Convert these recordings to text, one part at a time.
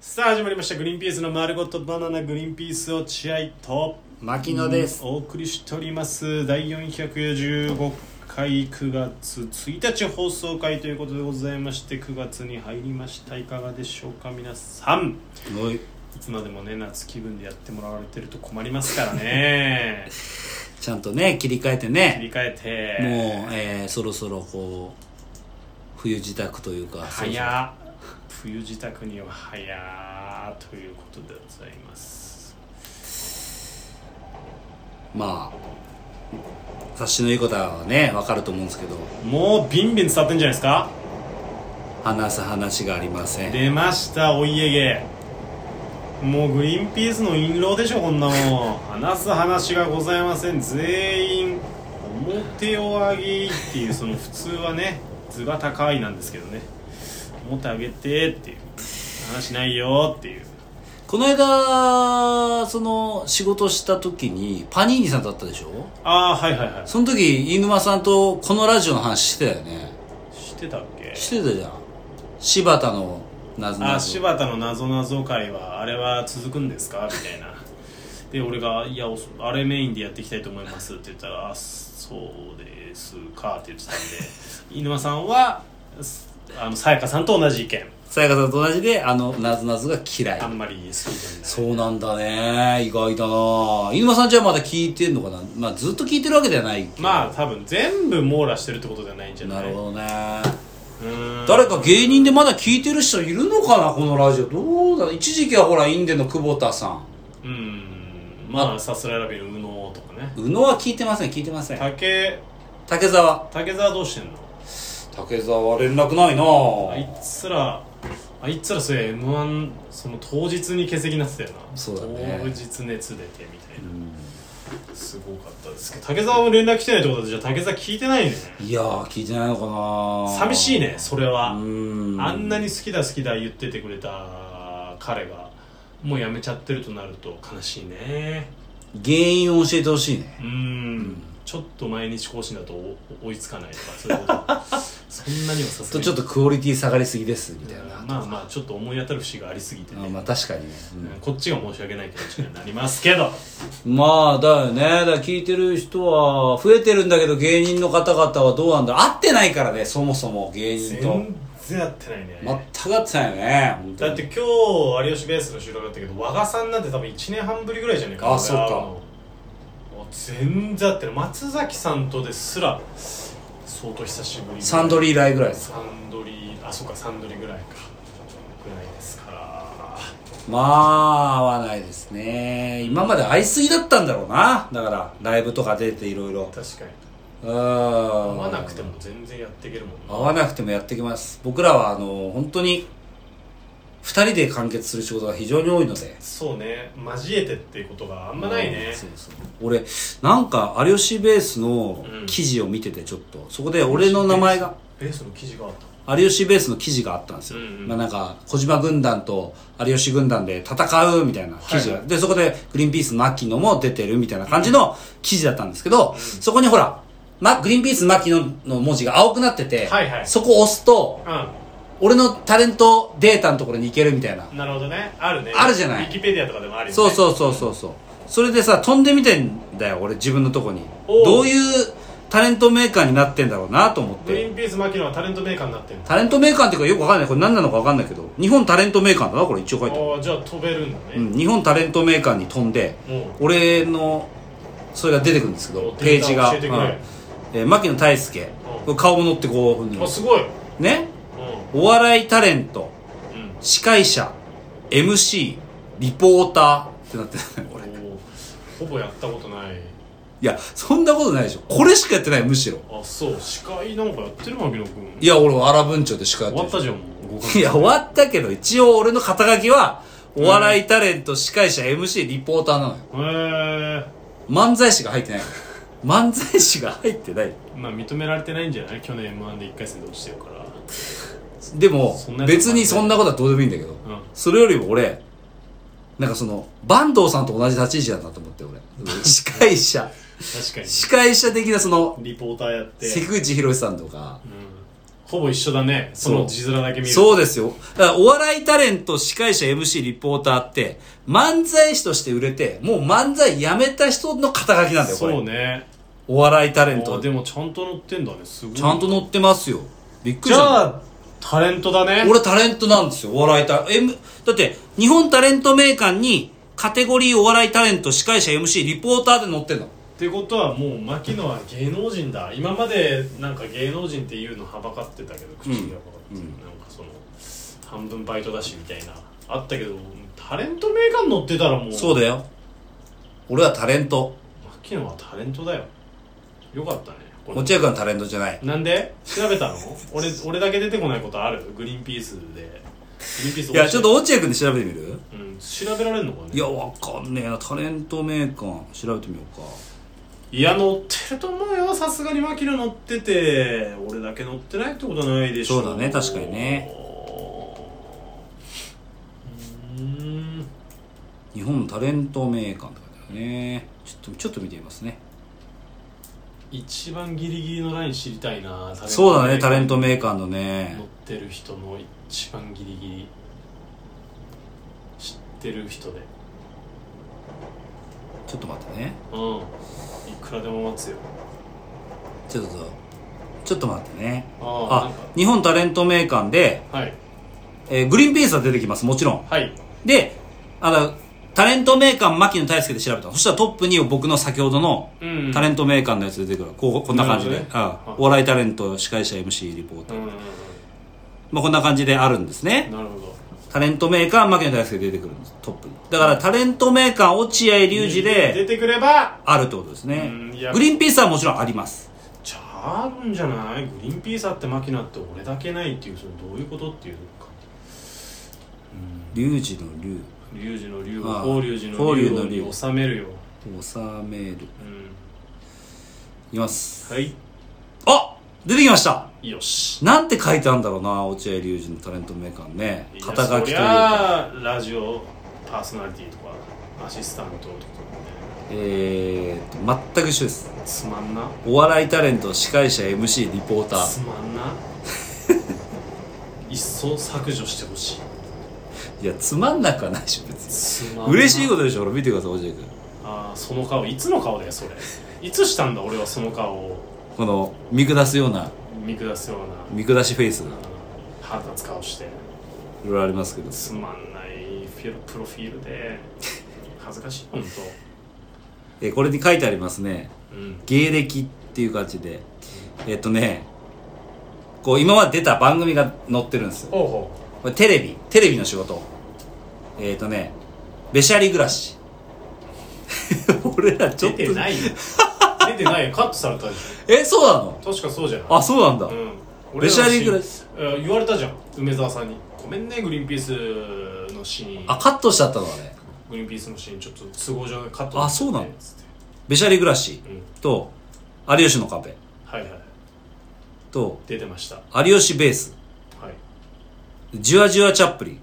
さあ始まりました「グリーンピースの丸ごとバナナグリーンピース落合」と牧野です、お送りしております第415回9月1日放送回ということでございまして9月に入りましたいかがでしょうか皆さんおいいつまでもね夏気分でやってもらわれてると困りますから ねちゃんとね切り替えて切りね替えてもう、えーそろそろこう冬支度というか早っ冬支度には早っということでございますまあ察しのいいことはねわかると思うんですけどもうビンビン伝わってんじゃないですか話す話がありません出ましたお家芸もうグリーンピースの印籠でしょこんなもん話す話がございません全員表を上げいっていうその普通はね図が高いなんですけどね表上げてっていう話ないよっていうこの間その仕事した時にパニーニさんだったでしょああはいはいはいその時飯沼さんとこのラジオの話してたよね知ってたっけしてたじゃん柴田の謎々あ柴田の謎謎会はあれは続くんですかみたいな で俺が「いやおそあれメインでやっていきたいと思います」って言ったら「あそうですか」って言ってたんで飯沼さんはすあのさやかさんと同じ意見さやかさんと同じであのなぞなぞが嫌いあんまり好きじゃないそうなんだね意外だな犬間さんじゃあまだ聞いてんのかなまあずっと聞いてるわけではないまあ多分全部網羅してるってことじゃないんじゃなないるほどねうーん誰か芸人でまだ聞いてる人いるのかなこのラジオどうだ一時期はほらインデの久保田さんうんまあさすらいラビの右脳とかね宇野は聞いてません聞いてません竹竹澤竹澤どうしてんの竹澤連絡ないなあいぁつらあいつらそれ m 1その当日に欠席になってたよなそうだね当日熱出てみたいな、すごかったですけど竹澤も連絡来てないってことでじゃあ竹澤聞いてないねいやー聞いてないのかな寂しいねねそれうは、んあんなに好きだ好きだ言っててくれた彼がもうやめちゃってるとなると悲しいね原因を教えてほしいねうん、ちょっと毎日更新だとお追いつかないとかそういうこと そんなにはさすとがにちょっとクオリティ下がりすぎですみたいな、うんまあまあちょっと思い当たる節がありすぎてねあまあ確かにね、うんうんこっちが申し訳ない気持ちにはなりますけどまあだよね。だから聞いてる人は増えてるんだけど芸人の方々はどうなんだろう。会ってないからね、そもそも芸人全と。然合ってないね、全く会ってないよね。本当にだって今日有吉ベースの収録だったけど和賀さんなんて多分1年半ぶりぐらいじゃないかなあそうか俺会うの全然合ってない松崎さんとですら相当久しぶりサンドリー以来ぐらいです。サンドリーあそうかサンドリーぐらいかぐらいですからまあ、会わないですね。今まで会いすぎだったんだろうな。だから、ライブとか出ていろいろ。確かにうん。会会わわなくても。全然やっていけるもん会わなくてもやってきます。僕らは、あの、本当に、二人で完結する仕事が非常に多いので。そうね交えてっていうことがあんまないねそうそう俺なんか有吉ベースのうん記事を見ててちょっと、そこで俺の名前がベースの記事があった有吉ベースの記事があったんですよ、うんうんまあ、なんか小島軍団と有吉軍団で戦うみたいな記事が、はいでそこでグリーンピース牧野も出てるみたいな感じの記事だったんですけど、そこにほら、ま、グリーンピース牧野の文字が青くなってて、はいはいそこを押すとうん俺のタレントデータのところに行けるみたいな、なるほどねあるねあるじゃないウィキペディアとかでもあるよねそうそうそうそうそうそれでさ飛んでみてんだよ俺自分のとこにおうどういうタレントメーカーになってんだろうなと思っグリーてンピース牧野はタレントメーカーになってるタレントメーカーっていうかよくわかんないこれ何なのかわかんないけど日本タレントメーカーだなこれ一応書いてあるああじゃあ飛べるんだうねん、日本タレントメーカーに飛んでうん俺のそれが出てくるんですけおどデーペータジが、教えてくれうんえー牧野太輔うんこれ顔も乗ってこういうふうにあすごいねうお笑いタレントんうん司会者 MC リポーターってな ってたね俺おーほぼやったことないいや、そんなことないでしょ。これしかやってない、むしろ。あそう司会なんかやってる牧野君いや、俺、わら文鳥でしかやっ終てわなったじゃい。んもう合格いや、終わったけど、一応俺の肩書きは、お笑いタレント、司会者、MC、リポーターなのよ。へえ漫才師が入ってない。漫才師が入ってない。まあ認められてないんじゃない去年 m 1で1回戦で落ちてるからでもそんな、やつ別にそんなことはどうでもいいんだけど、うんそれよりも俺、なんかその、坂東さんと同じ立ち位置なんだと思って、俺。司会者。確か司会者的なその、にリポーターやって関口博さんとか、うんほぼ一緒だねその字面だけ見るとそうですよ。だからお笑いタレント、司会者、MC、リポーターって、漫才師として売れて、もう漫才やめた人の肩書きなんだよ、そこうれ。ねお笑いタレンあト。でもちゃんと乗ってんだねすごいちゃんと載ってますよ。びっくじりした。ゃあタレントだね俺タレントなんですよ、お笑いタレント。M だって、日本タレント名鑑に、カテゴリーお笑いタレント、司会者、MC、リポーターで載ってんの。ってことはもう牧野は芸能人 だ今までなんか芸能人っていうのはばかってたけど口ではばかって、なんかその半分バイトだしみたいなあったけどタレント名鑑乗ってたらもうそうだよ。俺はタレント。牧野はタレントだよよかったねこれ落合君はタレントじゃない。なんで調べたの 俺俺だけ出てこないことあるグリーンピースでグリーンピースいや、ちょっ落と落合君で調べてみるちてうん、調べられるのかねいや、わかんねえな。タレント名鑑、調べてみようか。いや乗ってると思うよさすがに牧野乗ってて俺だけ乗ってないってことないでしょそうだね確かにねうーん日本タレント名鑑って書いてあるね。ちょっと、ちょっと見てみますね。一番ギリギリのライン知りたいなタレントそうだね、タレント名鑑のね乗っ。てる人の一番ギリギリ知ってる人でちょっと待ってね。うんいくらでも待つよちょっと、ちょっと待ってね。ああなあん、か日本タレント名鑑で、はいえーグリーンピースは出てきます、もちろん。はいで、あの、タレント名鑑、牧野大輔で調べたのそしたらトップに僕の先ほどのうんタレント名鑑のやつ出てくる。こう、こんな感じで。なるほどねあはいお笑いタレント、司会者、MC、リポータうー。んまあ、こんな感じであるんですね。なるほどタレント名鑑、牧野大輔出てくるんです、トップに。だから、タレント名鑑、落合隆二出で、てくればあるってことですねうんいや。グリーンピースはもちろんあります。じゃああるんじゃないグリーンピースあって牧野あって俺だけないっていうそれどういうことっていうか隆二の隆、龍二の龍ああを法隆寺法の龍隆の龍をに収めるよ、収める。うん、いきます。はいあ出てきましたよしなんて書いてあるんだろうな、落合隆二のタレント名鑑ねい。や肩書きとそいうりか。ゃあラジオパーソナリティとかアシスタントとかねえーっと、全く一緒です。つまんなお笑いタレント、司会者、MC、リポータ つー。まんな一層削除してほしいいや、つまんなくはないでしょ、別に。つまんな嬉しいことでしょ、ほら、見てください、落合君。ああその顔いつの顔だよそれいつしたんだ俺はその顔をこの、見下すような、見下すような見下しフェイスが、腹立つ顔していろいろありますけど。つまんないフィルプロフィールで恥ずかしい本えーこれに書いてありますね。当うん芸歴っていう感じで。えーっとね、こう、今まで出た番組が載ってるんですよ。ほうほこれテレビテレビの仕事えっ、ー、とねべしゃり暮らし 俺らうちょ出っとてない よ出てないよカットされたでしえそうなのょ確かそうじゃないあそうなんだ、うんベシャ俺らのリシーンぐらいですうん言われたじゃん梅沢さんにごめんねグリーンピースのシーンあカットしちゃったのあれグリーンピースのシーンちょっと都合上でカットあそうなのつってべしゃり暮らしうんと有吉の壁はいはいと出てました有吉ベースはいジュワジュワチャップリン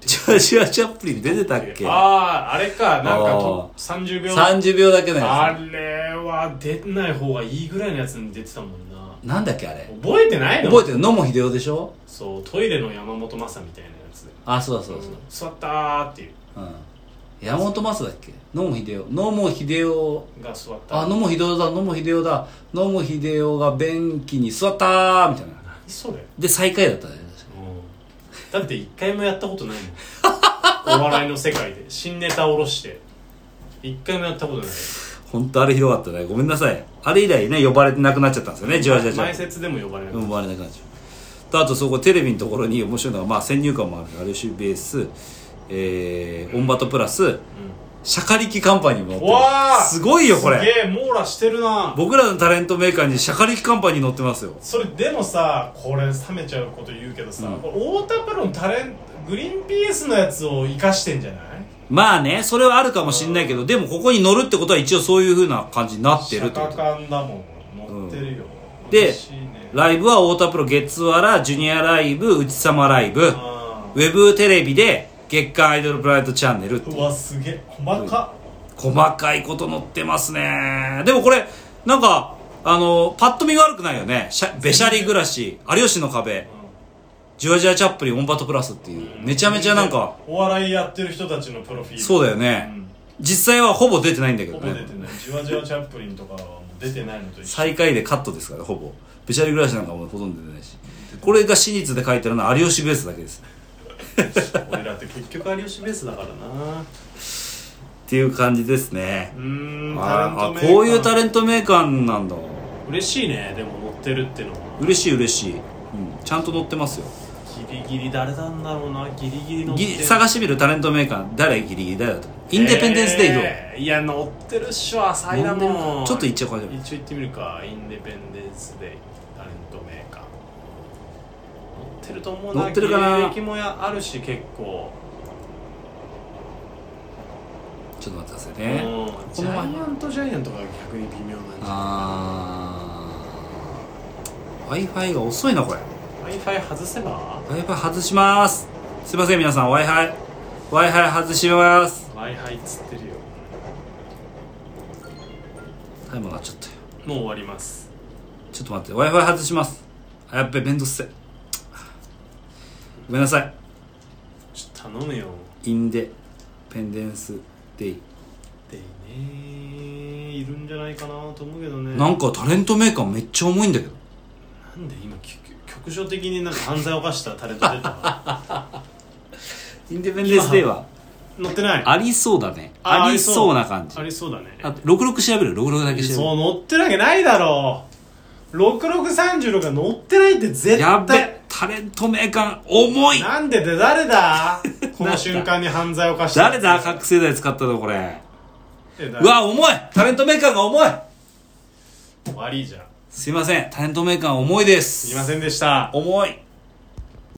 ジュワジュワチャップリン出てたっけあああれかなんかとあ30秒30秒だけのあやれは出ない方がいいぐらいのやつに出てたもんなつなんだっけあれ覚えてないの覚えてる野茂英雄でしょそうトイレの山本昌みたいなやつあそうだそうだそうだ座ったーっていううん山本昌だっけ野茂英雄野茂英雄が座ったあ、野茂英雄だ、野茂英雄だ、野茂英雄が便器に座ったーみたいな。何それで、最下位だったね。だって一回もやったことないもんお笑いの世界で新ネタ下ろして一回もやったことないほんとあれひどかったね。ごめんなさい。あれ以来ね、呼ばれてなくなっちゃったんですよね、じわじわじわ前。説でも呼ばれなうかんっ呼ばれなくなっちゃう。と、あとそこテレビのところに面白いのが、まあ先入観もあるけど、ある種ベース、えー、オンバトプラス、シャカリキカンパニーも載ってうわーます。すごいよ、たこれ。すげえ網羅してるな僕らのタレントメーカーにシャカリキカンパニー載ってますよ。それでもさこれ冷めちゃうこと言うけどさ、うんこれ太田プロのタレングリーンピースのやつを生かしてんじゃないまあね、それはあるかもしんないけど、でもここに乗るってことは一応そういう風な感じになってるってこと釈迦感だもん乗ってるよ、んで嬉しいねライブは太田プロ月わらジュニアライブ内様ライブウあェブテレビで月間アイドルプライドチャンネルってーうわすげえ細かっ細かいこと載ってますねでもこれなんかあの、パッと見悪くないよね。シャべしゃり暮らし、有吉の壁、ジュアジュアチャップリン、オンバトプラスっていう、めちゃめちゃなんか、お笑いやってる人たちのプロフィールそうだようね。ん実際はほぼ出てないんだけどほぼ出ねて。ないじわじわチャップリンとかはもう出てないのと一緒最下位でカットですから、ほぼ。べしゃり暮らしなんかもうほとんど出てないし。これが私立で書いてるのは有吉ベースだけです。俺らって結局有吉ベースだからなっていう感じですね。うーんああ、こういうタンレント名鑑なんだ。ト嬉しいねでも乗ってるってのは嬉しい嬉しい。うん、ちゃんと載ってますよ。ギリギリ誰なんだろうなギリギリ乗ってギるリ探してみるタレントメーカー誰ギリギリ誰だとインデペンデンスデイどう、えーいや乗ってるっしょ浅いな乗ってるもかうちょっと行っちゃおうかじゃあ一応行ってみるかインデペンデンスデイタレントメーカー乗ってると思うな乗ってるかな経歴もやあるし結構ちょっと待ってくださいうんねジの前ャイアントジャイアントが逆に微妙なんじゃあー w i f i が遅いなこれない w i f i 外せば w i f i 外しますすいません皆さん w i f i w i f i 外します w i f i っつってるよタイムがちょっとよもう終わりますちょっと待って w i f i 外しますあやっべめんどっせごめんなさいちょっと頼むよインデペンデンスデイでねいるんじゃないかなと思うけどねなんかタレントメーカーめっちゃ重いんだけどなんで今き局所的になんか犯罪を犯したタレント出たわインデペンデンスデイは 乗ってないありそうだねあありそうな感じありそうだねあと66調べる66だけ調べそう乗ってるわけないだろう6636が乗ってないって絶る対やっべタレント名鑑重いなんでで誰 だこの瞬間に犯罪を犯した誰だ覚醒剤使ったのこれえ誰うわ重いタレント名鑑が重い悪いじゃんすいませんタレント名鑑重いですすいませんでした重い